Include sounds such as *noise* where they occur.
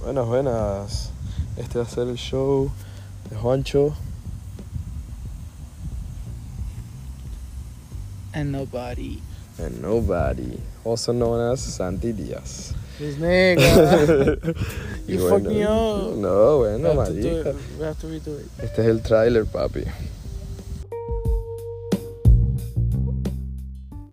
Buenas, buenas. Este va a ser el show de Juancho. And nobody. And nobody, also known as Santi Díaz. This nigga. *laughs* Y Ah, You fuck me up. No, bueno, we, have to do marica. it. we have to redo it. Este es el tráiler, papi.